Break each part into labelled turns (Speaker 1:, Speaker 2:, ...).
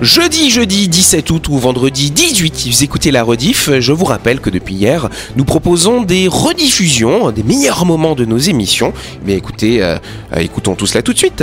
Speaker 1: Jeudi, jeudi 17 août ou vendredi 18, vous écoutez la rediff. Je vous rappelle que depuis hier, nous proposons des rediffusions, des meilleurs moments de nos émissions. Mais écoutez, euh, euh, écoutons tout cela tout de suite.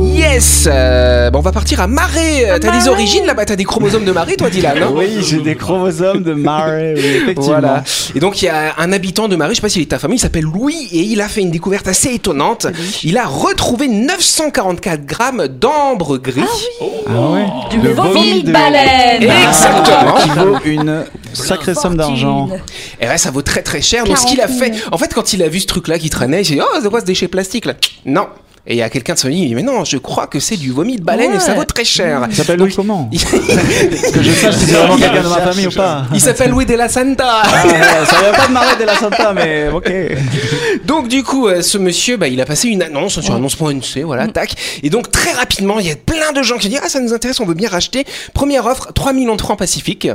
Speaker 1: Yes euh, bah On va partir à Marais. Euh, T'as des origines là-bas, t'as des chromosomes de Marais, toi Dylan hein non
Speaker 2: Oui, j'ai des chromosomes de Murray, oui, effectivement.
Speaker 1: Voilà. Et donc il y a un habitant de Marais, je sais pas s'il est de ta famille, il s'appelle Louis et il a fait une découverte assez étonnante. Il a retrouvé 944 grammes d'ambre gris.
Speaker 2: Ah ouais.
Speaker 3: Du
Speaker 2: Le
Speaker 3: vomi
Speaker 2: vomi
Speaker 3: de
Speaker 2: de-
Speaker 3: baleine
Speaker 1: Exactement.
Speaker 2: Qui vaut une sacrée somme d'argent.
Speaker 1: Et ouais, ça vaut très très cher. Donc ce qu'il a fait, en fait, quand il a vu ce truc-là qui traînait, il s'est dit Oh, c'est quoi ce déchet plastique là Non. Et il y a quelqu'un de son lit, il dit Mais non, je crois que c'est du vomi de baleine et ça vaut très cher.
Speaker 4: Mmh.
Speaker 2: Ça s'appelle Louis comment
Speaker 1: Il,
Speaker 2: Que je sache si c'est vraiment quelqu'un de ma famille ou pas.
Speaker 1: il s'appelle Louis de la Santa.
Speaker 2: Ah, ouais, ça vient pas de Marais de la Santa, mais ok.
Speaker 3: Ah,
Speaker 1: Donc du coup, euh, ce monsieur, bah, il a passé une annonce sur annonce.nc, voilà,
Speaker 4: Mmh.
Speaker 1: tac. Et donc très rapidement, il y a plein de gens qui disent ah ça nous intéresse, on veut bien racheter. Première offre, 3 millions de francs Pacifique.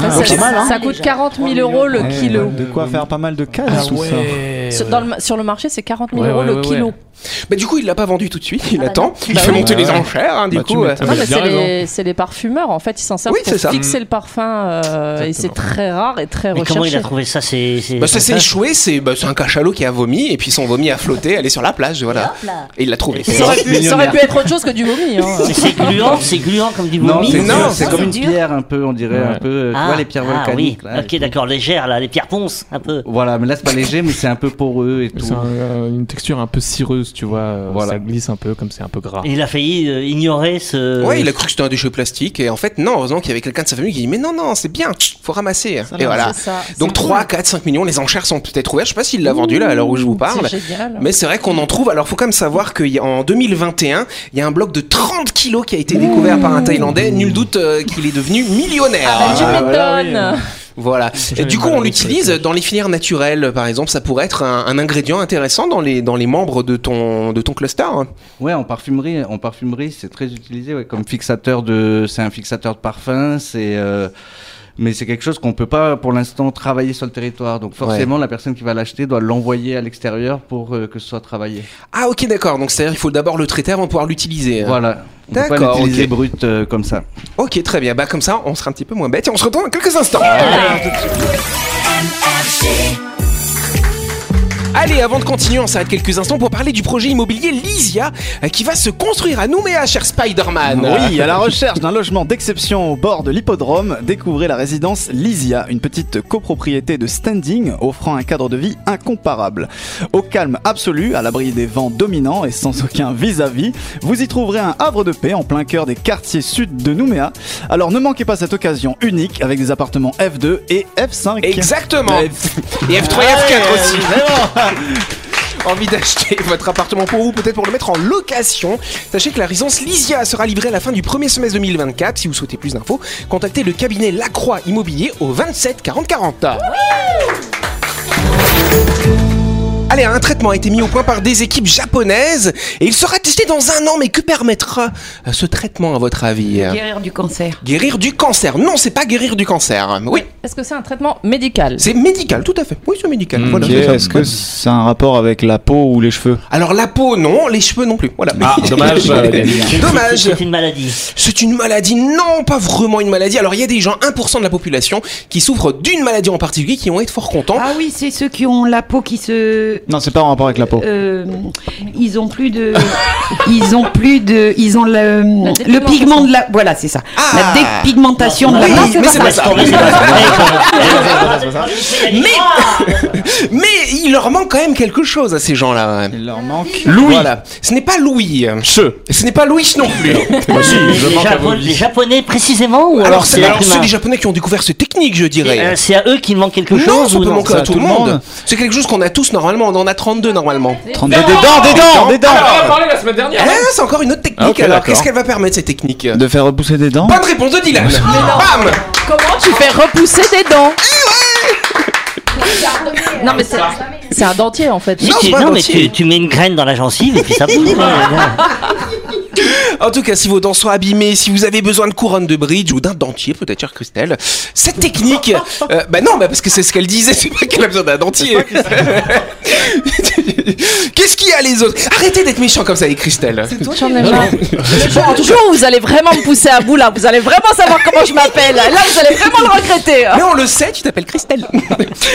Speaker 2: Ah,
Speaker 3: ça,
Speaker 2: ok.
Speaker 3: ça-
Speaker 2: Pas mal, hein.
Speaker 3: ça coûte 40 000 euros le
Speaker 2: Ouais,
Speaker 3: kilo.
Speaker 2: De quoi faire pas mal de cases, hein, tout ça.
Speaker 3: Sur, dans le, sur le marché, c'est 40 000
Speaker 4: Ouais,
Speaker 3: euros
Speaker 4: ouais,
Speaker 3: le
Speaker 4: ouais,
Speaker 3: kilo.
Speaker 4: ouais.
Speaker 1: Bah du coup, il l'a pas vendu tout de suite, il
Speaker 3: Ah, bah
Speaker 1: attend,
Speaker 3: non.
Speaker 1: il
Speaker 3: Bah
Speaker 1: fait
Speaker 3: oui.
Speaker 1: monter
Speaker 4: Bah
Speaker 1: les
Speaker 4: ouais.
Speaker 1: enchères, hein, du
Speaker 4: Bah, tu
Speaker 1: coup. euh,
Speaker 4: m'étonnes.
Speaker 3: Non,
Speaker 4: Ah, mais
Speaker 3: mais
Speaker 4: bien
Speaker 3: c'est
Speaker 4: raison.
Speaker 3: les, c'est les parfumeurs, en fait, ils s'en servent
Speaker 1: Oui,
Speaker 3: pour
Speaker 1: c'est ça.
Speaker 3: fixer le parfum euh, et c'est très rare et très
Speaker 5: Mais
Speaker 3: recherché.
Speaker 5: comment il a trouvé ça C'est c'est-
Speaker 1: bah ça s'est échoué, c'est bah, c'est un cachalot qui a vomi et puis son vomi a flotté, elle est sur la plage, voilà. Et il l'a trouvé.
Speaker 5: Et
Speaker 3: ça, aurait pu, ça aurait pu être autre chose que du vomi. hein.
Speaker 5: C'est- C'est gluant, c'est gluant comme du
Speaker 2: Non,
Speaker 5: vomi.
Speaker 2: c'est
Speaker 1: Non,
Speaker 2: c'est
Speaker 1: c'est
Speaker 2: comme une
Speaker 5: dur.
Speaker 2: pierre un peu, on dirait un peu, euh, tu vois les pierres
Speaker 5: ah,
Speaker 2: volcaniques
Speaker 5: oui.
Speaker 2: là, et
Speaker 5: ok,
Speaker 2: tout.
Speaker 5: d'accord, légère là, les pierres ponces, un peu.
Speaker 2: Voilà, mais là c'est pas léger, mais c'est un peu poreux et tout.
Speaker 4: C'est un- euh, une texture un peu cireuse, tu vois. euh,
Speaker 2: Voilà.
Speaker 4: Ça glisse un peu, comme c'est un peu gras.
Speaker 5: Et il a failli euh, ignorer ce.
Speaker 3: Euh,
Speaker 1: Ouais, il a cru que c'était un déchet plastique et en fait non, heureusement qu'il y avait quelqu'un de sa famille qui dit mais non non, c'est bien, faut ramasser. et voilà.
Speaker 3: C'est ça.
Speaker 1: Donc
Speaker 3: C'est
Speaker 1: 3, 4, 5 millions, les enchères sont peut-être ouvertes, je sais pas s'il l'a vendu là à l'heure où je vous parle.
Speaker 3: C'est génial.
Speaker 1: Mais c'est vrai qu'on en trouve. Alors, faut quand même savoir qu'en 2021, il y a un bloc de 30 kilos qui a été découvert par un Thaïlandais. Nul doute euh, qu'il est devenu millionnaire. Euh,
Speaker 3: Ah, tu m'étonnes.
Speaker 1: Voilà. Et
Speaker 4: jamais
Speaker 1: du coup,
Speaker 4: mal
Speaker 1: on
Speaker 4: à l'autre,
Speaker 1: l'utilise dans les filières naturelles, par exemple. Ça pourrait être un, un ingrédient intéressant dans les, dans les membres de ton, de ton cluster. hein.
Speaker 2: Ouais, en parfumerie, en parfumerie, c'est très utilisé ouais, comme fixateur de, c'est un fixateur de parfum, c'est, euh, mais c'est quelque chose qu'on peut pas pour l'instant travailler sur le territoire. Donc forcément, la personne qui va l'acheter doit l'envoyer à l'extérieur pour euh, que ce soit travaillé.
Speaker 1: Ah, ok, d'accord. Donc, c'est-à-dire qu'il faut d'abord le traiter avant de pouvoir l'utiliser.
Speaker 2: Voilà. On peut pas
Speaker 1: D'accord,
Speaker 2: l'utiliser
Speaker 1: ok.
Speaker 2: brut euh, comme ça.
Speaker 1: Ok, très bien. Bah, comme ça, on sera un petit peu moins bête. Et on se retrouve dans quelques instants. Allez, avant de continuer, on s'arrête quelques instants pour parler du projet immobilier Lysia euh, qui va se construire à Nouméa, cher Spider-Man.
Speaker 6: Oui, à la recherche d'un logement d'exception au bord de l'hippodrome, découvrez la résidence Lysia, une petite copropriété de standing offrant un cadre de vie incomparable. Au calme absolu, à l'abri des vents dominants et sans aucun vis-à-vis, vous y trouverez un havre de paix en plein cœur des quartiers sud de Nouméa. Alors ne manquez pas cette occasion unique avec des appartements F2 et F5.
Speaker 1: Exactement. Et F3 et F4 aussi. Envie d'acheter votre appartement pour vous, peut-être pour le mettre en location. Sachez que la résidence Lysia sera livrée à la fin du premier semestre 2024. Si vous souhaitez plus d'infos, contactez le cabinet Lacroix Immobilier au 27 40 40. Allez, un traitement a été mis au point par des équipes japonaises et il sera testé dans un an. Mais que permettra euh, ce traitement à votre avis
Speaker 3: Guérir du cancer.
Speaker 1: Guérir du cancer Non, c'est pas guérir du cancer. Oui,
Speaker 3: Est-ce que c'est un traitement médical
Speaker 1: c'est médical, tout à fait. Oui, c'est médical. Voilà, c'est ça.
Speaker 6: Hmm. Est-ce que c'est un rapport avec la peau ou les cheveux
Speaker 1: Alors la peau non, les cheveux non plus. Voilà.
Speaker 4: dommage.
Speaker 1: euh, Dommage.
Speaker 5: C'est une maladie.
Speaker 1: C'est une maladie, non pas vraiment une maladie. Alors il y a des gens, 1% de la population, qui souffrent d'une maladie en particulier, qui vont être fort contents.
Speaker 7: Ah oui, c'est ceux qui ont la peau qui se.
Speaker 6: Non, c'est pas en rapport avec la peau.
Speaker 7: euh, ils ont plus de. ils ont plus de. Ils ont le, le
Speaker 3: dépigmentation.
Speaker 7: pigment de la. Voilà, c'est ça.
Speaker 1: Ah.
Speaker 7: la dépigmentation de la
Speaker 1: Oui,
Speaker 7: peau.
Speaker 1: mais c'est pas
Speaker 5: Laisse
Speaker 1: ça.
Speaker 5: tomber, c'est pas ça.
Speaker 1: Mais il leur manque quand même quelque chose à ces gens-là.
Speaker 6: Il leur manque.
Speaker 1: Louis. Voilà. Ce n'est pas Louis. Ce n'est pas Louis non plus.
Speaker 5: Les- les Japo- Les Japonais précisément ou
Speaker 1: Alors
Speaker 5: alors
Speaker 1: c'est alors,
Speaker 5: l'être
Speaker 1: ceux
Speaker 5: humain
Speaker 1: des Japonais qui ont découvert ces techniques, je
Speaker 5: Et, euh,
Speaker 1: dirais.
Speaker 5: C'est à eux qu'il manque quelque
Speaker 1: Non,
Speaker 5: chose
Speaker 1: ça
Speaker 5: ou
Speaker 1: peut
Speaker 5: non
Speaker 1: manquer à tout le monde. C'est quelque chose qu'on a tous normalement en on en a 32 normalement.
Speaker 6: 32 des dents, des dents, des
Speaker 4: Ah,
Speaker 6: dents
Speaker 4: on en a parlé la semaine dernière.
Speaker 1: Ah, c'est encore une autre technique
Speaker 4: Ah, ok,
Speaker 1: alors.
Speaker 4: d'accord.
Speaker 1: Qu'est-ce qu'elle va permettre cette technique
Speaker 6: De faire repousser des dents
Speaker 1: Bonne réponse de Dylan Bam
Speaker 3: Comment tu fais repousser tes dents
Speaker 1: Eh
Speaker 3: Non mais c'est c'est un dentier en fait.
Speaker 1: Non,
Speaker 5: tu-
Speaker 1: c'est pas un
Speaker 5: non, mais
Speaker 1: dentier.
Speaker 5: tu, tu mets une graine dans la gencive et puis ça bouge. hein.
Speaker 1: En tout cas, si vos dents sont abîmées, si vous avez besoin de couronne de bridge ou d'un dentier, peut-être, chère Christelle, cette technique. euh, bah non, bah parce que c'est ce qu'elle disait, c'est pas qu'elle a besoin d'un dentier. Qu'est-ce qu'il y a les autres Arrêtez d'être méchant comme ça avec Christelle.
Speaker 3: J'en ai marre. Le jour, le jour où vous allez vraiment me pousser à bout là, vous allez vraiment savoir comment je m'appelle. Là vous allez vraiment le regretter.
Speaker 1: Mais on le sait, tu t'appelles Christelle.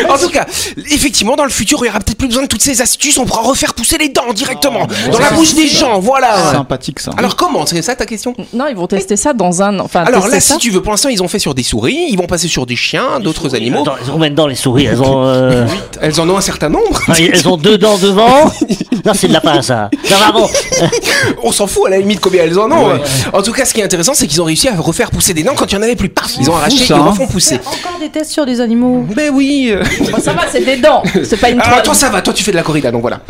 Speaker 1: en tout cas, effectivement, dans le futur, il y aura peut-être plus besoin de toutes ces astuces. On pourra refaire pousser les dents directement dans la bouche des gens.
Speaker 6: Ah
Speaker 1: Voilà.
Speaker 6: Sympathique ça.
Speaker 1: Alors comment C'est ça ta question
Speaker 3: Non ils vont tester ça dans un enfin
Speaker 1: Alors
Speaker 3: tester
Speaker 1: là,
Speaker 3: ça.
Speaker 1: si tu veux, pour l'instant, ils ont fait sur des souris. Ils vont passer sur des chiens, d'autres animaux.
Speaker 5: Attends, elles ont maintenant les souris, elles ont, euh,
Speaker 1: Elles en ont un certain nombre.
Speaker 5: Ah, elles ont deux dents devant. Non, c'est de la pince, ça. Non, vraiment.
Speaker 1: On s'en fout à la limite combien elles en ont. hein. En tout cas, ce qui est intéressant, c'est qu'ils ont réussi à refaire pousser des dents quand il y en avait plus. Paf, ils ont arraché
Speaker 6: ça,
Speaker 1: et
Speaker 6: hein.
Speaker 1: refont pousser.
Speaker 7: Encore des tests sur des animaux.
Speaker 1: Ben oui. euh.
Speaker 3: Bon, ça va c'est des dents. C'est pas une.
Speaker 1: Alors Ah, toi, ça va. Toi, tu fais de la corrida, donc voilà.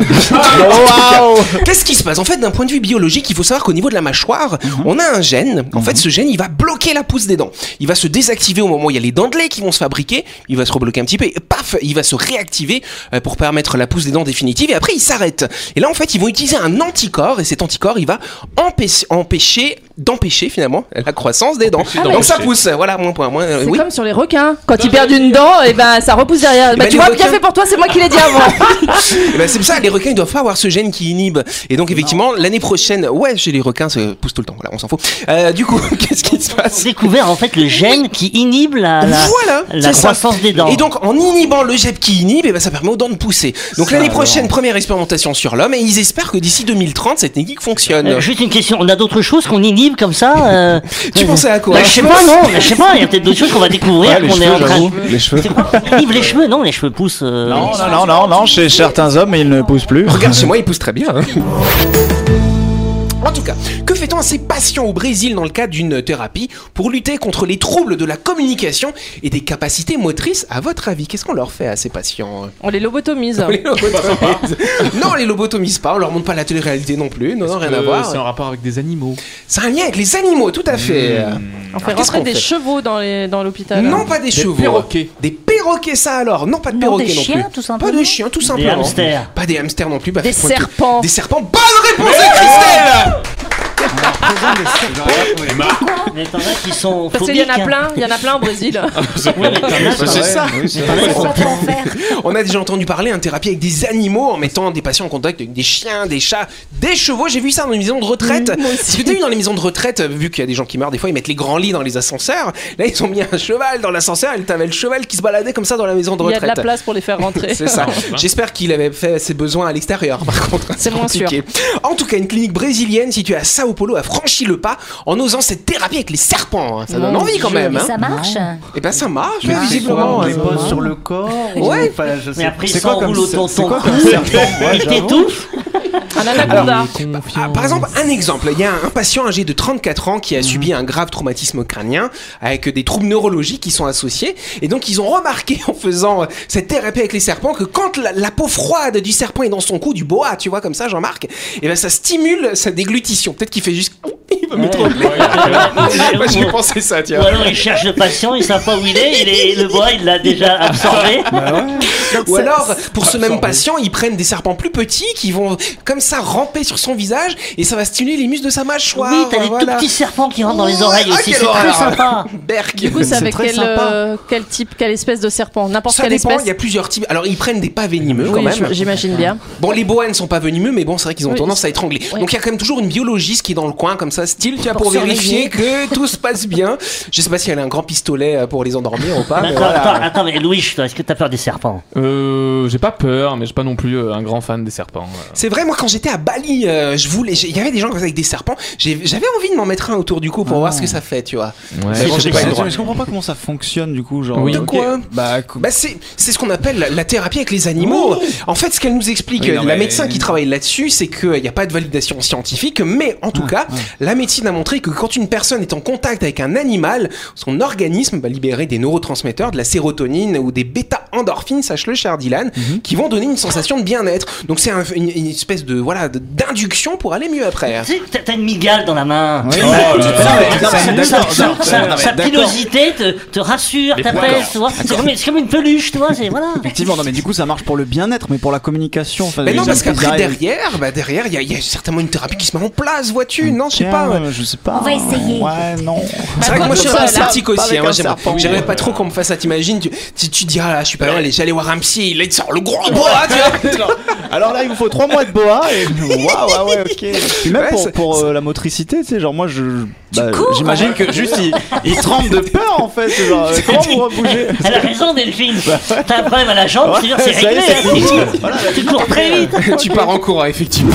Speaker 6: Waouh
Speaker 1: Qu'est-ce qui se passe En fait, d'un point de vue biologique, il faut savoir qu'au niveau de la mâchoire, on a un gène. En fait, ce gène, il va bloquer la pousse des dents. Il va se désactiver au moment où il y a les dents de lait qui vont se fabriquer. Il va se rebloquer un petit peu et paf, il va se réactiver euh, pour permettre la pousse des dents définitive. Et après, il s'arrête. Et là, en fait, ils vont utiliser un anticorps et cet anticorps, il va empêcher, empêcher d'empêcher finalement la croissance des dents. Donc ça pousse. Voilà, moins point, moins. euh,
Speaker 3: C'est
Speaker 1: oui.
Speaker 3: comme sur les requins. Quand
Speaker 7: Bah,
Speaker 3: ils perdent une dent, et ben ça repousse derrière. Bah,
Speaker 1: ben,
Speaker 3: tu
Speaker 1: les
Speaker 3: vois,
Speaker 1: requins-
Speaker 3: bien fait pour toi, c'est moi qui l'ai dit avant.
Speaker 1: Eh ben, c'est pour ça, les requins, ils doivent pas avoir ce gène qui inhibe. Et donc, effectivement, l'année prochaine, ouais, chez les requins, ça pousse tout le temps. Voilà, on s'en fout. Euh, du coup, qu'est-ce qui se
Speaker 5: Ils ont
Speaker 1: passe
Speaker 5: découvert en fait le gène qui inhibe la, la,
Speaker 1: Voilà,
Speaker 5: la
Speaker 1: c'est ça.
Speaker 5: croissance des dents.
Speaker 1: Et donc, en inhibant le jet qui inhibe, eh ben, ça permet aux dents de pousser. Donc,
Speaker 5: Ça,
Speaker 1: l'année
Speaker 5: alors.
Speaker 1: prochaine, première expérimentation sur l'homme, et ils espèrent que d'ici 2030, cette technique fonctionne.
Speaker 5: Euh, juste une question, on a d'autres choses qu'on inhibe comme ça euh,
Speaker 1: Tu
Speaker 5: euh,
Speaker 1: pensais à quoi
Speaker 5: bah, Je sais pas, non, mais je sais pas, il y a peut-être d'autres choses qu'on va découvrir
Speaker 6: les
Speaker 5: qu'on est
Speaker 6: cheveux,
Speaker 5: en train.
Speaker 6: j'avoue. Les cheveux.
Speaker 5: C'est quoi On inhibe les cheveux Non, les cheveux poussent. euh,
Speaker 6: Non, non, non, non, non, chez certains hommes, ils ne poussent plus.
Speaker 1: Regarde, chez moi, il pousse très bien. hein. En tout cas, que fait-on à ces patients au Brésil dans le cadre d'une thérapie pour lutter contre les troubles de la communication et des capacités motrices À votre avis, qu'est-ce qu'on leur fait à ces patients
Speaker 3: On les lobotomise.
Speaker 1: On les lobotomise. non, on les lobotomise pas, on leur montre pas la télé-réalité non plus, non, non, rien à
Speaker 4: Euh,
Speaker 1: voir.
Speaker 4: C'est en rapport avec des animaux. Hmm.
Speaker 1: C'est un lien avec les animaux, tout à fait.
Speaker 3: On fait
Speaker 1: Alors, qu'est-ce
Speaker 3: rentrer
Speaker 1: qu'on
Speaker 3: des
Speaker 1: fait
Speaker 3: chevaux dans les- dans l'hôpital.
Speaker 1: Non, pas des chevaux.
Speaker 4: perroquets.
Speaker 1: Des perroquets, ça alors. Non, pas de
Speaker 7: Non,
Speaker 1: perroquets
Speaker 7: des
Speaker 1: non
Speaker 7: chiens,
Speaker 1: plus.
Speaker 7: tout
Speaker 1: Pas
Speaker 7: simplement.
Speaker 1: de chiens, tout simplement.
Speaker 5: hamsters.
Speaker 1: Pas des hamsters non plus. bah,
Speaker 3: Des
Speaker 1: faites-moi tout.
Speaker 3: serpents.
Speaker 1: Des serpents. Bonne réponse de Christelle
Speaker 5: Mais t'en as qui sont
Speaker 3: Parce qu'il y en a
Speaker 5: phobiques, hein.
Speaker 3: plein, il y en a plein au Brésil.
Speaker 5: Ouais, mais t'en as, t'en as-
Speaker 6: ça.
Speaker 5: t'en as, ils sont-
Speaker 1: On a déjà entendu parler d'une thérapie avec des animaux en mettant des patients en contact avec des chiens, des chats, des chevaux. J'ai vu ça dans les maisons de retraite.
Speaker 6: Mmh,
Speaker 1: Parce que t'as vu dans les maisons de retraite, euh, vu qu'il y a des gens qui meurent, des fois ils mettent les grands lits dans les ascenseurs. Là ils ont mis un cheval dans l'ascenseur et t'avais le cheval qui se baladait comme ça dans la maison de
Speaker 3: Il y a de la
Speaker 1: retraite.
Speaker 3: place pour les faire rentrer.
Speaker 1: C'est ça. J'espère qu'il avait fait ses besoins à l'extérieur, par contre.
Speaker 3: C'est moins sûr.
Speaker 1: compliqué. En tout cas, une clinique brésilienne située à Sao Paulo a franchi le pas en osant cette thérapie avec les serpents. Ça donne
Speaker 3: Mon
Speaker 1: envie quand même. hein.
Speaker 7: Ça marche
Speaker 1: Et ben ça marche,
Speaker 6: Ah,
Speaker 2: Mais c'est quoi,
Speaker 1: visiblement.
Speaker 2: on
Speaker 1: hein.
Speaker 2: les pose sur le corps ou-
Speaker 1: Ouais.
Speaker 2: Enfin, je sais
Speaker 5: Mais
Speaker 2: pas.
Speaker 5: après, ils
Speaker 6: C'est quoi comme
Speaker 5: s'enroulent autour de
Speaker 6: c'est
Speaker 5: ton
Speaker 6: quoi
Speaker 5: cou,
Speaker 6: comme serpent
Speaker 5: ils t'étouffent.
Speaker 3: Un anaconda.
Speaker 1: Ah, Par exemple, un exemple, il y a un patient âgé de 34 ans qui
Speaker 5: Mhm.
Speaker 1: a subi un grave traumatisme crânien avec des troubles neurologiques qui sont associés. Et donc, ils ont remarqué en faisant euh, cette thérapie avec les serpents que quand la, la peau froide du serpent est dans son cou, du boa, tu vois, comme ça, Jean-Marc, et ben ça stimule sa déglutition. Peut-être qu'il fait juste. Il va m'étrangler. Moi, j'ai pensé ça,
Speaker 5: Ou
Speaker 1: tiens.
Speaker 5: alors ils cherchent le patient, ils savent pas où il est, il est- le bois il l'a déjà absorbé.
Speaker 1: Ou alors, pour ce même patient, ils prennent des serpents plus petits qui vont comme ça ramper sur son visage et ça va stimuler les muscles de sa mâchoire.
Speaker 5: Oui, t'as des
Speaker 1: Voilà.
Speaker 5: tout petits serpents qui rentrent dans
Speaker 6: Oh,
Speaker 5: les oreilles
Speaker 1: Ah,
Speaker 5: aussi,
Speaker 1: quelle
Speaker 5: c'est très
Speaker 1: horreur.
Speaker 5: sympa.
Speaker 1: Berk.
Speaker 3: Du coup, c'est avec
Speaker 6: très
Speaker 3: quel,
Speaker 6: sympa.
Speaker 3: euh, quel type, quelle espèce de serpent N'importe
Speaker 1: Ça
Speaker 3: quelle
Speaker 1: dépend,
Speaker 3: espèce
Speaker 1: il y a plusieurs types. Alors ils prennent des pas venimeux
Speaker 3: Oui,
Speaker 1: quand même.
Speaker 3: j'im- j'imagine bien.
Speaker 1: Bon, les boas ne sont pas venimeux, mais bon, c'est vrai qu'ils ont
Speaker 3: Oui.
Speaker 1: tendance à étrangler.
Speaker 3: Ouais.
Speaker 1: Donc il y a quand même toujours une biologiste qui est dans le coin comme ça, style, tu vois, pour,
Speaker 3: Pour
Speaker 1: vérifier que tout se passe bien. Je sais pas si elle a un grand pistolet euh, pour les endormir ou
Speaker 6: Bah,
Speaker 1: pas.
Speaker 5: Mais
Speaker 1: mais
Speaker 5: Attends,
Speaker 1: voilà.
Speaker 5: attends, attends, mais Louis, toi, est-ce que t'as peur des serpents
Speaker 4: Euh, j'ai pas peur, mais je suis pas non plus euh, un grand fan des serpents. euh.
Speaker 1: C'est vrai, moi quand j'étais à Bali, euh, je voulais, j'ai- il y avait des gens comme ça avec des serpents. J'ai- J'avais envie de m'en mettre un autour du cou pour voir ce que ça fait, tu vois.
Speaker 4: Ouais.
Speaker 1: Mais bon, j'ai pas eu le droit.
Speaker 6: je comprends pas comment ça fonctionne du coup, genre.
Speaker 4: Oui.
Speaker 1: De quoi
Speaker 6: ok. Bah, co-
Speaker 1: Bah c'est c'est ce qu'on appelle la, la thérapie avec les animaux. En fait, ce qu'elle nous explique,
Speaker 6: Oui, non,
Speaker 1: la
Speaker 6: mais-
Speaker 1: euh, médecin qui travaille là-dessus, c'est qu'il n'y a pas de validation scientifique, mais en tout cas, la médecine a montré que quand une personne est en contact avec un animal, son organisme va libérer des neurotransmetteurs, de la sérotonine ou des bêta-endorphines, sache-le, cher Dylan,
Speaker 6: Mhm.
Speaker 1: qui vont donner une sensation de bien-être. Donc c'est un- une, une espèce de voilà de- d'induction pour aller mieux après.
Speaker 5: Tu sais, t'as- t'as une migale dans la main.
Speaker 6: Ah. Oui.
Speaker 5: Oh,
Speaker 6: Oh
Speaker 5: tu-
Speaker 6: là
Speaker 5: non,
Speaker 6: là.
Speaker 5: mais-
Speaker 6: Non, mais
Speaker 5: ça- ça-
Speaker 6: d'accord,
Speaker 5: ça-
Speaker 6: d'accord,
Speaker 5: Sa
Speaker 6: d'accord.
Speaker 5: sa pilosité te, te rassure, t'apaise, tu vois. C'est comme, c'est comme une peluche, tu vois. C'est voilà.
Speaker 6: Effectivement, non, mais du coup, ça marche pour le bien-être, mais pour la communication. enfin,
Speaker 1: Mais
Speaker 6: les
Speaker 1: non,
Speaker 6: gens
Speaker 1: parce
Speaker 6: qui
Speaker 1: qu'après,
Speaker 6: arrivent-
Speaker 1: derrière, bah, derrière, il y, a- il y a certainement une thérapie qui se met en place, vois-tu Non, je sais
Speaker 6: Tiens,
Speaker 1: pas. ouais.
Speaker 6: euh, Je sais pas.
Speaker 8: On va essayer.
Speaker 6: Ouais, non.
Speaker 1: C'est vrai que moi je suis un peu
Speaker 3: Voilà.
Speaker 1: sceptique
Speaker 6: Pas
Speaker 1: aussi.
Speaker 6: avec
Speaker 1: hein, Moi
Speaker 6: un
Speaker 1: j'aime-
Speaker 6: serpent.
Speaker 1: j'aimerais pas trop qu'on me fasse ça. T'imagines, tu, tu, tu dis ah là, je suis pas loin, allez, j'allais voir un psy, là il te sort le gros bois, tu vois.
Speaker 6: Alors là, il vous faut 3 mois de boa et waouh, ouais, ouais, ok. Puis même
Speaker 1: Ouais,
Speaker 6: pour,
Speaker 1: c'est-
Speaker 6: pour, euh, la motricité, tu sais, genre moi, je. je- bah,
Speaker 8: cours, hein.
Speaker 6: J'imagine que juste il, il tremble de peur en fait. Genre, euh, comment vous rebouger
Speaker 5: Elle a raison, Delphine. T'as un problème à la jambe,
Speaker 6: Bah, Ouais,
Speaker 5: c'est sûr, c'est
Speaker 6: ça y
Speaker 5: réglé.
Speaker 6: est, c'est
Speaker 5: hein.
Speaker 6: fini.
Speaker 5: Tu- Tu cours très
Speaker 6: euh,
Speaker 5: vite.
Speaker 1: tu pars en courant, effectivement.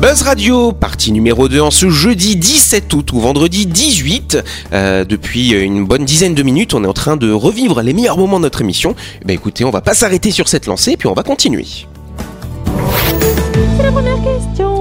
Speaker 1: Buzz Radio, partie numéro 2 en ce jeudi 17 août ou vendredi 18. Euh, depuis une bonne dizaine de minutes, on est en train de revivre les meilleurs moments de notre émission. Eh ben écoutez, on va pas s'arrêter sur cette lancée, puis on va continuer.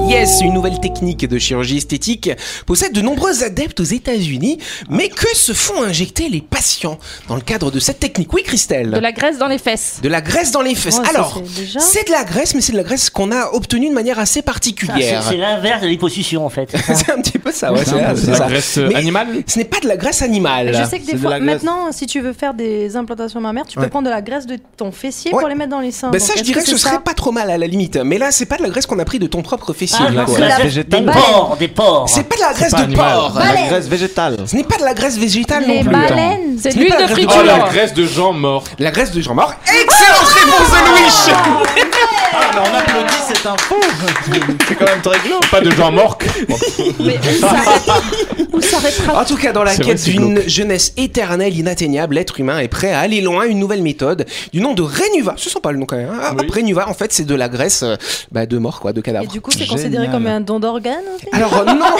Speaker 1: Yes, une nouvelle technique de chirurgie esthétique possède de nombreux adeptes aux États-Unis, mais que se font injecter les patients dans le cadre de cette technique Oui, Christelle
Speaker 3: De la graisse dans les fesses.
Speaker 1: De la graisse dans les fesses.
Speaker 3: Oh, ça,
Speaker 1: Alors,
Speaker 3: c'est déjà-
Speaker 1: c'est de la graisse, mais c'est de la graisse qu'on a obtenue de manière assez
Speaker 5: Ça, c'est-
Speaker 1: particulière.
Speaker 5: C'est l'inverse de l'hyposuction en fait.
Speaker 6: Ah,
Speaker 1: c'est un petit peu ça, ouais, c'est
Speaker 4: C'est
Speaker 1: c'est
Speaker 4: la
Speaker 1: ça.
Speaker 4: graisse euh,
Speaker 1: Mais-
Speaker 4: animale
Speaker 1: Ce n'est pas de la graisse animale.
Speaker 8: Je sais que
Speaker 6: c'est
Speaker 8: des
Speaker 6: de la
Speaker 8: fois,
Speaker 6: graisse.
Speaker 8: maintenant, si tu veux faire des implantations mammaires, tu
Speaker 1: Ouais.
Speaker 8: peux prendre de la graisse de ton fessier
Speaker 1: Ouais.
Speaker 8: pour les mettre dans les seins.
Speaker 1: Bah
Speaker 8: Donc,
Speaker 1: ça, je
Speaker 8: est-ce
Speaker 1: dirais que,
Speaker 8: c'est
Speaker 1: ce serait
Speaker 8: ça
Speaker 1: pas trop mal à la limite. Mais là, c'est pas de la graisse qu'on a pris de ton propre fessier.
Speaker 5: Ah,
Speaker 1: du
Speaker 5: non,
Speaker 1: coup.
Speaker 5: c'est la
Speaker 6: Végétale.
Speaker 5: des porcs, des porcs.
Speaker 1: C'est pas de la graisse
Speaker 4: pas
Speaker 1: de
Speaker 4: animal.
Speaker 1: porc.
Speaker 6: La
Speaker 8: Baleine.
Speaker 6: graisse végétale.
Speaker 1: Ce n'est pas de la graisse végétale non
Speaker 8: Les
Speaker 1: plus.
Speaker 8: baleines
Speaker 3: C'est
Speaker 1: Ce
Speaker 3: de
Speaker 1: n'est
Speaker 3: l'huile
Speaker 1: pas
Speaker 3: de
Speaker 1: la graisse
Speaker 3: friture.
Speaker 1: de
Speaker 4: Oh,
Speaker 1: porc.
Speaker 4: la graisse de gens morts.
Speaker 1: La graisse de Jean-Mort. Excellente réponse de Louis.
Speaker 6: Ah, mais on applaudit cette info. C'est quand même très glauque.
Speaker 4: Pas de gens morts.
Speaker 3: Mais où s'arrête- où s'arrêtera
Speaker 1: En tout cas, dans la
Speaker 4: C'est vrai,
Speaker 1: quête
Speaker 4: c'est
Speaker 1: d'une jeunesse éternelle, inatteignable, l'être humain est prêt à aller loin. Une nouvelle méthode du nom de Renuva. Ce sent pas le nom quand même. hein.
Speaker 4: Oui.
Speaker 1: Renuva, en fait, c'est de la graisse euh, bah, de mort, quoi, de
Speaker 8: Et
Speaker 1: cadavre.
Speaker 8: du coup, c'est
Speaker 6: Génial.
Speaker 8: considéré comme un don d'organe en fait
Speaker 1: Alors, euh, non,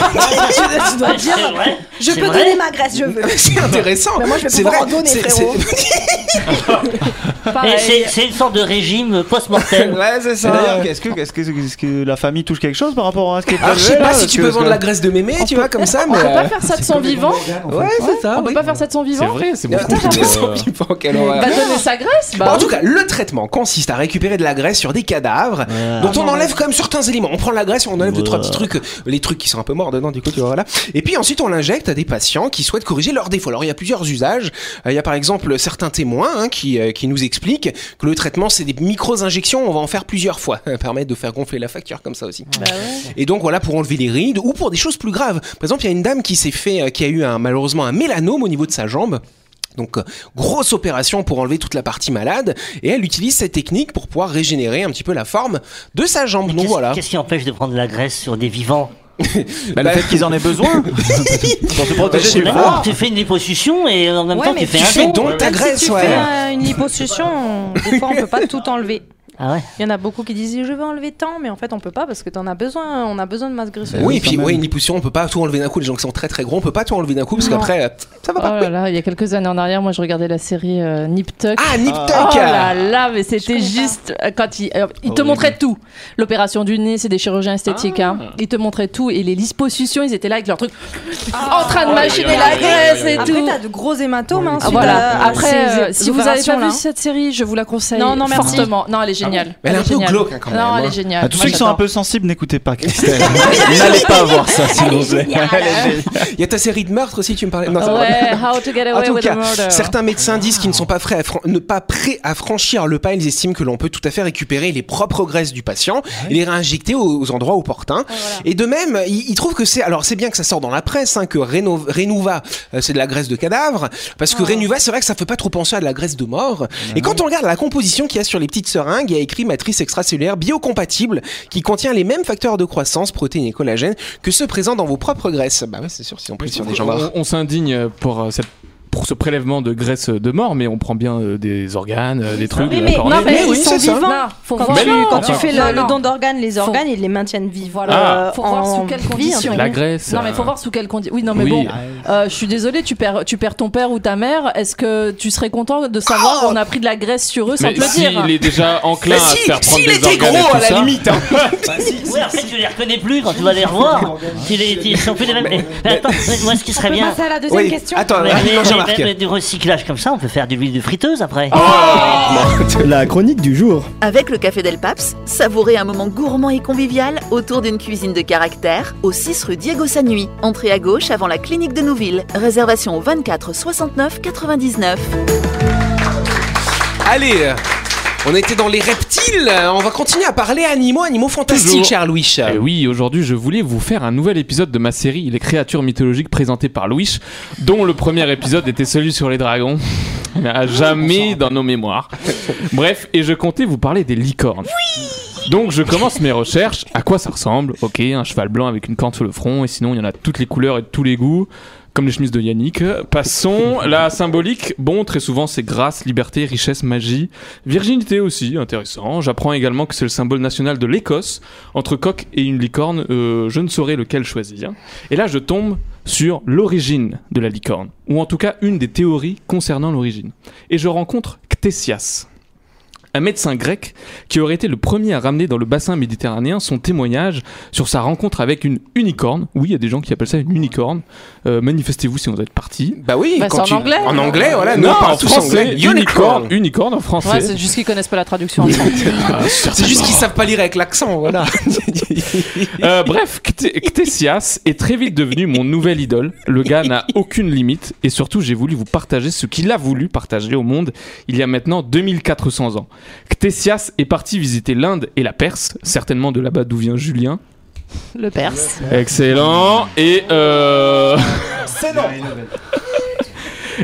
Speaker 8: Tu dois dire,
Speaker 5: C'est vrai.
Speaker 8: je
Speaker 5: C'est
Speaker 8: peux
Speaker 5: vrai.
Speaker 8: donner ma graisse, je veux.
Speaker 1: c'est intéressant.
Speaker 8: Mais moi, je vais
Speaker 1: C'est
Speaker 8: pouvoir
Speaker 1: vrai,
Speaker 8: en donner,
Speaker 1: c'est-
Speaker 8: frérot.
Speaker 1: c'est-
Speaker 5: Mais
Speaker 3: Pareil.
Speaker 5: c'est- C'est une sorte de régime post-mortem.
Speaker 1: Ouais, c'est ça.
Speaker 6: D'ailleurs, est-ce que, est-ce, que, est-ce que la famille touche quelque chose par rapport à ce qui est
Speaker 1: Alors, Ah, je
Speaker 6: prévu,
Speaker 1: sais
Speaker 6: là,
Speaker 1: pas si
Speaker 6: parce
Speaker 1: tu
Speaker 6: que-
Speaker 1: peux
Speaker 6: parce
Speaker 1: vendre
Speaker 6: que-
Speaker 1: la graisse de mémé, tu vois, comme ça,
Speaker 3: On
Speaker 1: mais.
Speaker 3: peut
Speaker 1: euh,
Speaker 3: pas faire ça de son vivant.
Speaker 1: Ouais, c'est ça.
Speaker 3: On peut
Speaker 1: oui.
Speaker 3: pas faire ça de son
Speaker 4: C'est
Speaker 3: vivant.
Speaker 4: vrai, c'est
Speaker 1: Euh,
Speaker 4: beaucoup.
Speaker 1: t'as raison,
Speaker 4: euh,
Speaker 1: Pipo, quelle horreur.
Speaker 3: Va donner sa graisse.
Speaker 1: Bon,
Speaker 3: Bah,
Speaker 1: Ah en tout cas, le traitement consiste à récupérer de la graisse sur des cadavres, dont on enlève quand même certains éléments. On prend la graisse, on enlève deux trois petits trucs, euh, les trucs qui sont un peu morts dedans, du coup, tu vois, voilà. Et puis ensuite, on l'injecte à des patients qui souhaitent corriger leurs défauts. Alors, il y a plusieurs usages. Euh, Il y a par exemple certains témoins hein, qui, euh, qui nous expliquent que le traitement, c'est des micro-injections, on va en faire plusieurs fois. Ça permet de faire gonfler la facture comme ça aussi. Et donc voilà pour enlever les rides ou pour des choses plus graves. Par exemple, il y a une dame qui s'est fait, euh, qui a eu un, malheureusement un mélanome au niveau de sa jambe. Donc euh, grosse opération pour enlever toute la partie malade et elle utilise cette technique pour pouvoir régénérer un petit peu la forme de sa jambe. Donc
Speaker 5: Qu'est-ce
Speaker 1: voilà.
Speaker 5: qu'est-ce qui empêche de prendre de la graisse sur des vivants
Speaker 6: Bah, le fait qu'ils en aient besoin pour se protéger
Speaker 5: C'est
Speaker 1: Ah.
Speaker 6: du
Speaker 5: d'accord,
Speaker 6: froid.
Speaker 5: Bah tu fais une liposuction et en même
Speaker 8: Ouais,
Speaker 5: temps
Speaker 8: mais
Speaker 5: tu
Speaker 1: Tu
Speaker 5: fais
Speaker 1: fais
Speaker 5: un don.
Speaker 1: donc ta
Speaker 8: Même
Speaker 1: graisse,
Speaker 8: si tu
Speaker 1: ouais.
Speaker 8: fais un- une liposuction, des fois on peut pas tout enlever.
Speaker 5: Ah ouais.
Speaker 8: Il y en a beaucoup qui disent je veux enlever tant, mais en fait on peut pas parce que t'en as besoin, on a besoin de masse graisseuse.
Speaker 1: Oui, et
Speaker 6: Quand
Speaker 1: puis
Speaker 6: même.
Speaker 1: ouais, une liposuction, on peut pas tout enlever d'un coup. Les gens qui sont très très gros, on peut pas tout enlever d'un coup parce
Speaker 8: Non.
Speaker 1: qu'après, euh, ça va
Speaker 3: Oh
Speaker 1: pas.
Speaker 3: là là, il y a quelques années en arrière, moi je regardais la série euh, Nip Tuck.
Speaker 1: Ah, nip
Speaker 3: Oh
Speaker 1: tuck
Speaker 3: là là, mais c'était
Speaker 8: comprends pas.
Speaker 3: juste euh, quand il, alors, il te montrait tout. L'opération du nez, c'est des chirurgiens esthétiques. Hein. Ils te montraient tout et les liposuctions, ils étaient là avec leur truc en train de machiner
Speaker 4: aïe,
Speaker 3: la
Speaker 4: aïe,
Speaker 3: graisse
Speaker 4: aïe,
Speaker 3: et
Speaker 8: Après
Speaker 3: tout.
Speaker 8: t'as de gros hématomes. hein,
Speaker 3: Ah,
Speaker 8: ensuite,
Speaker 3: voilà.
Speaker 8: à-
Speaker 3: Après,
Speaker 8: ces-
Speaker 3: euh,
Speaker 8: ces
Speaker 3: si vous n'avez pas
Speaker 8: opérations-là.
Speaker 3: vu cette série, je vous la conseille
Speaker 8: Non, non, merci.
Speaker 3: fortement. Non, elle est géniale.
Speaker 1: Mais elle est un peu
Speaker 3: géniale.
Speaker 1: glauque, hein, quand même,
Speaker 3: Non, elle
Speaker 1: hein.
Speaker 3: est géniale.
Speaker 6: À Ah, tous
Speaker 3: Moi,
Speaker 6: ceux qui sont un
Speaker 3: j'adore.
Speaker 6: peu sensibles, n'écoutez pas Christelle. N'allez pas voir ça, s'il vous plaît.
Speaker 1: Il y a ta série de meurtres aussi, tu me parlais. Non, ça va.
Speaker 3: Ouais, How to Get
Speaker 1: En
Speaker 3: Away
Speaker 1: tout
Speaker 3: with a
Speaker 1: cas,
Speaker 3: Murder.
Speaker 1: certains médecins disent qu'ils ne sont pas prêts à fran- ne pas prêts à franchir le pas. Ils estiment que l'on peut tout à fait récupérer les propres graisses du patient et les réinjecter aux, aux endroits opportuns.
Speaker 3: Oh,
Speaker 1: Et de même, ils, ils trouvent que c'est alors c'est bien que ça sort dans la presse hein, que Reno- Renuva euh, c'est de la graisse de cadavre
Speaker 3: Ah.
Speaker 1: parce que Renuva c'est vrai que ça fait pas trop penser à de la graisse de mort. Et quand on regarde la composition qu'il y a sur les petites seringues, il y, qui a écrit Matrice extracellulaire biocompatible qui contient les mêmes facteurs de croissance, protéines et collagène que ceux présents dans vos propres graisses. Bah ouais, c'est sûr, si on prie sur des gens
Speaker 4: On,
Speaker 1: morts.
Speaker 4: on s'indigne pour, euh, cette- pour ce prélèvement de graisse de mort, mais on prend bien euh, des organes, euh, des trucs.
Speaker 8: Oui,
Speaker 4: de la
Speaker 8: mais,
Speaker 4: cornée.
Speaker 8: non, mais ils sont
Speaker 4: ça.
Speaker 8: vivants.
Speaker 4: faut
Speaker 8: quand
Speaker 4: voir.
Speaker 8: tu,
Speaker 4: Mais oui,
Speaker 8: quand
Speaker 4: quand
Speaker 8: tu
Speaker 4: tu-
Speaker 8: fais
Speaker 3: Non,
Speaker 8: le, le
Speaker 3: non.
Speaker 8: don d'organes, les organes, ils les maintiennent vivants.
Speaker 4: Ah.
Speaker 8: euh,
Speaker 3: Faut voir
Speaker 8: en
Speaker 3: sous quelles
Speaker 8: vie, en
Speaker 3: conditions.
Speaker 8: fait.
Speaker 4: La Grèce,
Speaker 3: Non, mais faut
Speaker 4: euh.
Speaker 3: voir sous quelles conditions. Oui, non, mais
Speaker 4: Oui.
Speaker 3: bon, euh, je suis désolée, tu perds, tu perds ton père ou ta mère. Est-ce que tu serais content de savoir qu'on a pris de la graisse sur eux sans
Speaker 4: Mais
Speaker 3: te le
Speaker 4: s'il
Speaker 3: dire
Speaker 4: est déjà enclin
Speaker 3: Mais
Speaker 4: à
Speaker 3: si,
Speaker 4: se faire prendre
Speaker 3: s'il
Speaker 4: des
Speaker 3: était
Speaker 4: organes et
Speaker 3: gros,
Speaker 4: tout
Speaker 3: à la
Speaker 4: ça-
Speaker 3: limite, hein.
Speaker 5: Ouais, en fait, tu les reconnais plus quand tu vas les revoir. Tu les, tu- ils sont plus les mêmes. Mais, attends, moi, ce qui serait
Speaker 8: On peut
Speaker 5: bien.
Speaker 8: passer à la deuxième Oui, question attends,
Speaker 1: Ah,
Speaker 5: mais,
Speaker 8: non,
Speaker 5: mais-
Speaker 8: Jean-Marc.
Speaker 5: mais- mais du recyclage comme ça, on peut faire de l'huile de friteuse après.
Speaker 9: La chronique du jour.
Speaker 10: Avec le Café Del Paps, savourez un moment gourmand et convivial autour d'une cuisine de caractère au 6 rue Diego Sanui. Entrée à gauche avant la clinique de Nouville. Réservation au 24 69 99.
Speaker 1: Allez, euh, on était dans les reptiles, euh, on va continuer à parler animaux, animaux fantastiques,
Speaker 4: Toujours.
Speaker 1: cher Louis.
Speaker 4: Eh oui, aujourd'hui, je voulais vous faire un nouvel épisode de ma série Les créatures mythologiques présentées par Louis, dont le premier épisode était celui sur les dragons. À jamais dans nos mémoires. Bref, et je comptais vous parler des licornes. Donc je commence mes recherches. À quoi ça ressemble Ok, un cheval blanc avec une corne sur le front, et sinon il y en a toutes les couleurs et de tous les goûts, comme les chemises de Yannick. Passons. La symbolique, bon, très souvent c'est grâce, liberté, richesse, magie. Virginité aussi, intéressant. J'apprends également que c'est le symbole national de l'Écosse. Entre coq et une licorne, euh, je ne saurais lequel choisir. Et là je tombe sur l'origine de la licorne, ou en tout cas une des théories concernant l'origine. Et je rencontre Ctesias. Un médecin grec qui aurait été le premier à ramener dans le bassin méditerranéen son témoignage sur sa rencontre avec une unicorne. Oui, il y a des gens qui appellent ça une unicorne. Euh, Manifestez-vous si vous êtes parti.
Speaker 1: Bah oui,
Speaker 3: Bah, quand c'est en tu- anglais.
Speaker 1: en anglais, voilà, nous,
Speaker 4: non,
Speaker 1: on parle
Speaker 4: en
Speaker 1: tous
Speaker 4: français.
Speaker 1: anglais.
Speaker 4: Unicorn,
Speaker 1: Unicorn.
Speaker 4: unicorn en français.
Speaker 3: Ouais, c'est juste qu'ils connaissent pas la traduction en français.
Speaker 1: C'est juste qu'ils savent pas lire avec l'accent, voilà.
Speaker 4: Ah, Euh, bref, Cté- Ctesias est très vite devenu mon nouvel idole. Le gars n'a aucune limite et surtout j'ai voulu vous partager ce qu'il a voulu partager au monde il y a maintenant 2400 ans. Ctesias est parti visiter l'Inde et la Perse, certainement de là-bas d'où vient Julien.
Speaker 3: Le Perse.
Speaker 4: Excellent et euh...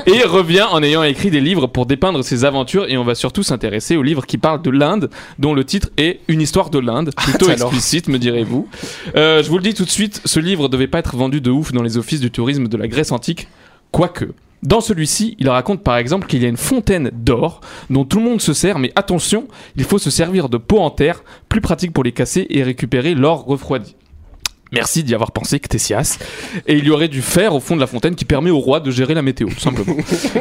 Speaker 4: et revient en ayant écrit des livres pour dépeindre ses aventures et on va surtout s'intéresser au livre qui parle de l'Inde dont le titre est Une histoire de l'Inde plutôt
Speaker 1: alors.
Speaker 4: explicite me direz-vous Euh, je vous le dis tout de suite ce livre devait pas être vendu de ouf dans les offices du tourisme de la Grèce antique quoique dans celui-ci, il raconte par exemple qu'il y a une fontaine d'or dont tout le monde se sert, mais attention, il faut se servir de pots en terre, plus pratique pour les casser et récupérer l'or refroidi. Merci d'y avoir pensé, Ctesias. Et il y aurait du fer au fond de la fontaine qui permet au roi de gérer la météo, tout simplement.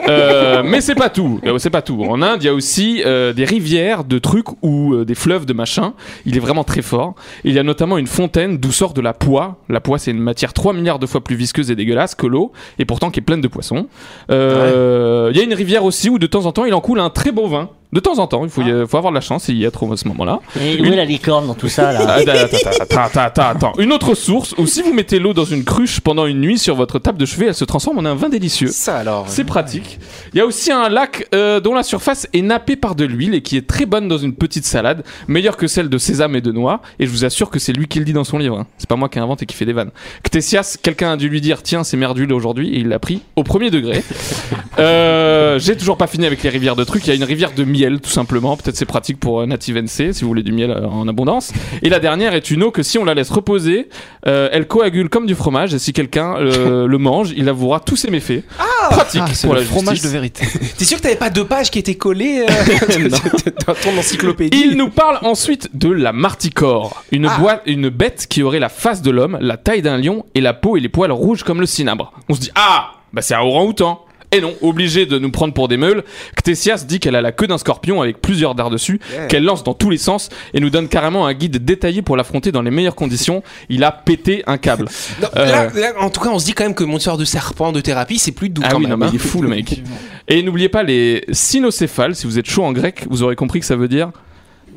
Speaker 4: Euh, mais c'est pas tout. Euh, C'est pas tout. En Inde, il y a aussi euh, des rivières de trucs ou euh, des fleuves de machin. Il est vraiment très fort. Il y a notamment une fontaine d'où sort de la poix. La poix, c'est une matière 3 milliards de fois plus visqueuse et dégueulasse que l'eau, et pourtant qui est pleine de poissons. Euh, Il y a une rivière aussi où de temps en temps, il en coule un très beau vin. De temps en temps, il faut, y- faut avoir de la chance et y être au- à ce moment-là.
Speaker 5: Et où est la licorne dans tout ça là
Speaker 4: Ah, Attends, attends, attends, attends, attends, attends. Une autre source où si vous mettez l'eau dans une cruche pendant une nuit sur votre table de chevet, elle se transforme en un vin délicieux.
Speaker 1: Ça alors.
Speaker 4: C'est pratique. Il y a aussi un lac euh, dont la surface est nappée par de l'huile et qui est très bonne dans une petite salade, meilleure que celle de sésame et de noix. Et je vous assure que c'est lui qui le dit dans son livre. hein. C'est pas moi qui invente et qui fait des vannes. Ctesias, quelqu'un a dû lui dire tiens c'est merde d'huile aujourd'hui et il l'a pris au premier degré. Euh, J'ai toujours pas fini avec les rivières de trucs. Il y a une rivière de miel, tout simplement. Peut-être c'est pratique pour euh, Native NC si vous voulez du miel euh, en abondance. Et la dernière est une eau que si on la laisse reposer, euh, elle coagule comme du fromage. Et si quelqu'un euh, le mange, il avouera tous ses méfaits. pratique
Speaker 6: Ah, c'est
Speaker 4: pour
Speaker 6: le
Speaker 4: la
Speaker 6: fromage
Speaker 4: justice.
Speaker 6: de vérité.
Speaker 1: T'es sûr que t'avais pas deux pages qui étaient collées euh, dans ton encyclopédie
Speaker 4: Il nous parle ensuite de la marticore, une, boi- une bête qui aurait la face de l'homme, la taille d'un lion et la peau et les poils rouges comme le cinabre. On se dit ah, bah c'est un orang-outan. Et non, obligé de nous prendre pour des meules, Ctesias dit qu'elle a la queue d'un scorpion avec plusieurs dards dessus,
Speaker 1: Yeah.
Speaker 4: qu'elle lance dans tous les sens et nous donne carrément un guide détaillé pour l'affronter dans les meilleures conditions. Il a pété un câble.
Speaker 1: Non,
Speaker 4: Euh,
Speaker 1: là- là, en tout cas, on se dit quand même que mon histoire de serpent de thérapie, c'est plus doux
Speaker 4: ah
Speaker 1: quand
Speaker 4: oui,
Speaker 1: même.
Speaker 4: non, mais
Speaker 1: hein.
Speaker 4: il est fou le mec. Et n'oubliez pas les cynocéphales, si vous êtes chaud en grec, vous aurez compris que ça veut dire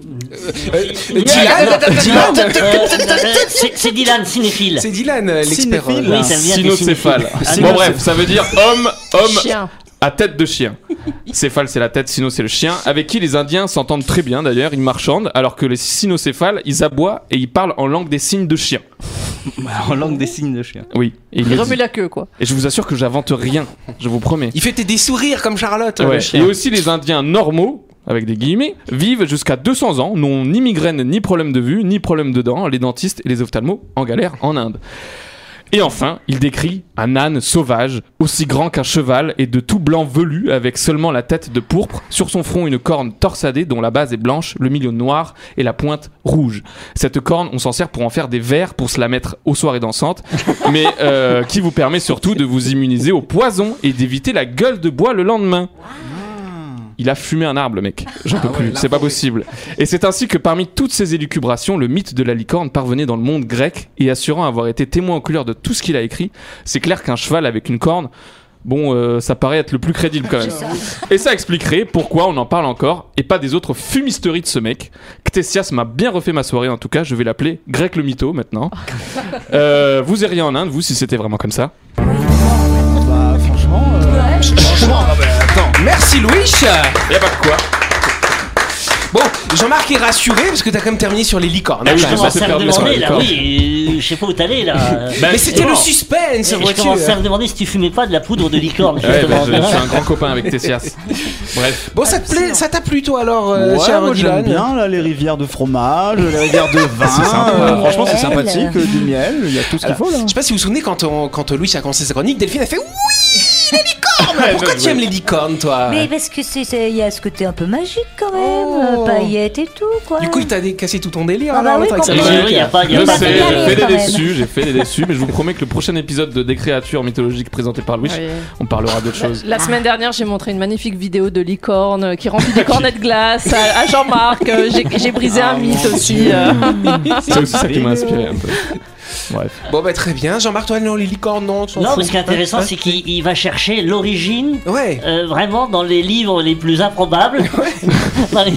Speaker 1: Euh, Dylan, Dylan,
Speaker 5: Euh, C'est c'est Dylan, cinéphile.
Speaker 1: c'est Dylan euh, l'expert.
Speaker 5: Cinéphile.
Speaker 1: euh,
Speaker 5: Oui, ça vient des
Speaker 4: Cynocéphale.
Speaker 5: cyniques.
Speaker 4: bon bref, ça veut dire homme, homme
Speaker 3: Chien.
Speaker 4: à tête de chien. Céphale c'est la tête, sino c'est le chien, avec qui les Indiens s'entendent très bien d'ailleurs, ils marchandent, alors que les cynocéphales, ils aboient et ils parlent en langue des signes de chien.
Speaker 2: Bah, en langue des signes de chien.
Speaker 4: Oui. Et, ils
Speaker 3: Il
Speaker 4: le
Speaker 3: remue
Speaker 4: disent.
Speaker 3: la queue, quoi.
Speaker 4: Et je vous assure que j'invente rien, je vous promets.
Speaker 1: Il fait des sourires comme Charlotte.
Speaker 4: Ouais.
Speaker 1: le
Speaker 4: Et
Speaker 1: chien.
Speaker 4: aussi les Indiens normaux, avec des guillemets, vivent jusqu'à 200 ans, n'ont ni migraine, ni problème de vue, ni problème de dents, les dentistes et les ophtalmos en galère en Inde. Et enfin, il décrit un âne sauvage, aussi grand qu'un cheval et de tout blanc velu, avec seulement la tête de pourpre, sur son front une corne torsadée dont la base est blanche, le milieu noir et la pointe rouge. Cette corne, on s'en sert pour en faire des verres, pour se la mettre aux soirées dansantes, mais euh, qui vous permet surtout de vous immuniser au poison et d'éviter la gueule de bois le lendemain. Il a fumé un arbre, le mec. J'en peux plus. c'est pas possible. Et c'est ainsi que parmi toutes ces élucubrations, le mythe de la licorne parvenait dans le monde grec et assurant avoir été témoin en couleur de tout ce qu'il a écrit, c'est clair qu'un cheval avec une corne, bon, euh, ça paraît être le plus crédible quand même. Et ça expliquerait pourquoi on en parle encore et pas des autres fumisteries de ce mec. Ctesias m'a bien refait ma soirée en tout cas. Je vais l'appeler Grec le mytho maintenant. Euh, vous iriez en Inde, vous, si c'était vraiment comme ça.
Speaker 6: Bah, franchement. euh, Franchement, non, mais attends.
Speaker 1: Merci Louis
Speaker 4: Ah ben, Y'a pas de quoi.
Speaker 1: Bon, Jean-Marc est rassuré parce que t'as quand même terminé sur les licornes.
Speaker 5: Ah
Speaker 4: Eh
Speaker 1: hein, quand
Speaker 5: oui, je
Speaker 1: même.
Speaker 5: commence à me demander là, oui, euh, je sais pas où t'allais là.
Speaker 1: Mais c'était le suspense,
Speaker 5: Je
Speaker 1: vois-tu.
Speaker 5: commence à me demander si tu fumais pas de la poudre de licorne.
Speaker 4: Ouais, bah,
Speaker 5: justement.
Speaker 4: je, je suis un grand copain avec Tessias. Bref.
Speaker 1: Bon, ça te plaît, ça t'a plu toi alors, euh,
Speaker 6: Ouais,
Speaker 1: cher
Speaker 6: moi
Speaker 1: Dylan
Speaker 6: j'aime bien là, euh, les rivières de fromage, les rivières de vin.
Speaker 1: C'est sympa.
Speaker 6: euh, franchement, c'est sympathique, euh, du miel, il y a tout ce qu'il
Speaker 1: Alors,
Speaker 6: faut là.
Speaker 1: Je sais pas si vous vous souvenez quand, on- quand Louis a commencé sa chronique, Delphine a fait oui les licornes. Pourquoi tu aimes les licornes toi
Speaker 11: Mais parce que c'est, c'est- il y a ce côté un peu magique quand même, euh,
Speaker 1: Oh.
Speaker 11: paillettes et tout quoi.
Speaker 1: Du coup, il t'a dé- cassé tout ton délire
Speaker 11: Ah
Speaker 1: alors,
Speaker 11: bah oui,
Speaker 1: l'autre, avec sa
Speaker 11: complètement.
Speaker 1: chronique.
Speaker 11: Oui, y a pas- y a
Speaker 4: je
Speaker 11: pas
Speaker 4: sais,
Speaker 11: de galère,
Speaker 4: j'ai fait
Speaker 11: quand
Speaker 4: des
Speaker 11: même.
Speaker 4: déçus, j'ai fait des déçus, mais je vous promets que le prochain épisode de Des créatures mythologiques présenté par
Speaker 11: Ah
Speaker 4: Louis,
Speaker 3: Oui.
Speaker 4: on parlera d'autre chose.
Speaker 3: La semaine dernière, j'ai montré une magnifique vidéo de licorne euh, qui remplit
Speaker 4: Ah,
Speaker 3: des cornets de glace à, à Jean-Marc. Euh, J'ai j'ai brisé un mythe aussi. euh.
Speaker 4: C'est aussi ça qui m'a inspiré un peu. Bref.
Speaker 1: Bon bah très bien, Jean-Marc toi non les licornes non. tu t'en
Speaker 5: Non,
Speaker 1: fous.
Speaker 5: mais ce qui est intéressant,
Speaker 1: Hein
Speaker 5: c'est qu'il il va chercher l'origine
Speaker 1: Ouais.
Speaker 5: euh, vraiment dans les livres les plus improbables, dans, les,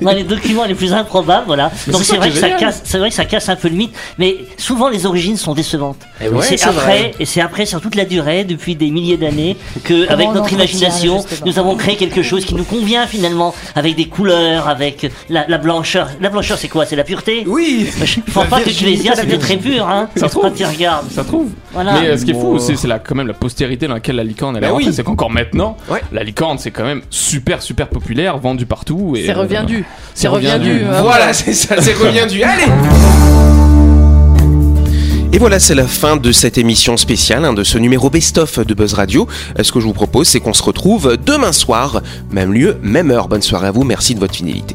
Speaker 5: dans les documents les plus improbables, voilà.
Speaker 1: Mais
Speaker 5: Donc
Speaker 1: c'est ça
Speaker 5: c'est vrai,
Speaker 1: qui est
Speaker 5: que ça
Speaker 1: génial.
Speaker 5: casse- c'est vrai que ça casse un peu le mythe, mais souvent les origines sont décevantes.
Speaker 1: Eh ouais,
Speaker 5: c'est
Speaker 1: c'est
Speaker 5: après,
Speaker 1: vrai.
Speaker 5: et c'est après sur toute la durée, depuis des milliers d'années, que
Speaker 11: Comment
Speaker 5: avec
Speaker 11: on
Speaker 5: notre
Speaker 11: entretient,
Speaker 5: imagination,
Speaker 11: justement.
Speaker 5: nous avons créé quelque chose qui nous convient finalement, avec des couleurs, avec la, la blancheur. La blancheur, c'est quoi C'est la pureté
Speaker 1: Oui.
Speaker 5: Je pense pas que tu les dises, c'était très pur, hein.
Speaker 4: Ça se trouve.
Speaker 5: Quand tu regardes.
Speaker 4: Ça se trouve.
Speaker 5: Voilà.
Speaker 4: Mais euh, ce qui est fou aussi, c'est la- quand même la postérité dans laquelle la licorne elle est
Speaker 1: Bah oui.
Speaker 4: rentrée. C'est qu'encore maintenant,
Speaker 1: Ouais.
Speaker 4: la licorne c'est quand même super super populaire, vendue partout. et,
Speaker 3: C'est
Speaker 4: euh,
Speaker 3: reviendu.
Speaker 4: C'est
Speaker 3: C'est
Speaker 4: reviendu.
Speaker 3: reviendu. hein.
Speaker 1: Voilà, c'est ça, c'est reviendu. Allez Et voilà, c'est la fin de cette émission spéciale, hein, de ce numéro best-of de Buzz Radio. Euh, Ce que je vous propose, c'est qu'on se retrouve demain soir, même lieu, même heure. Bonne soirée à vous, merci de votre fidélité.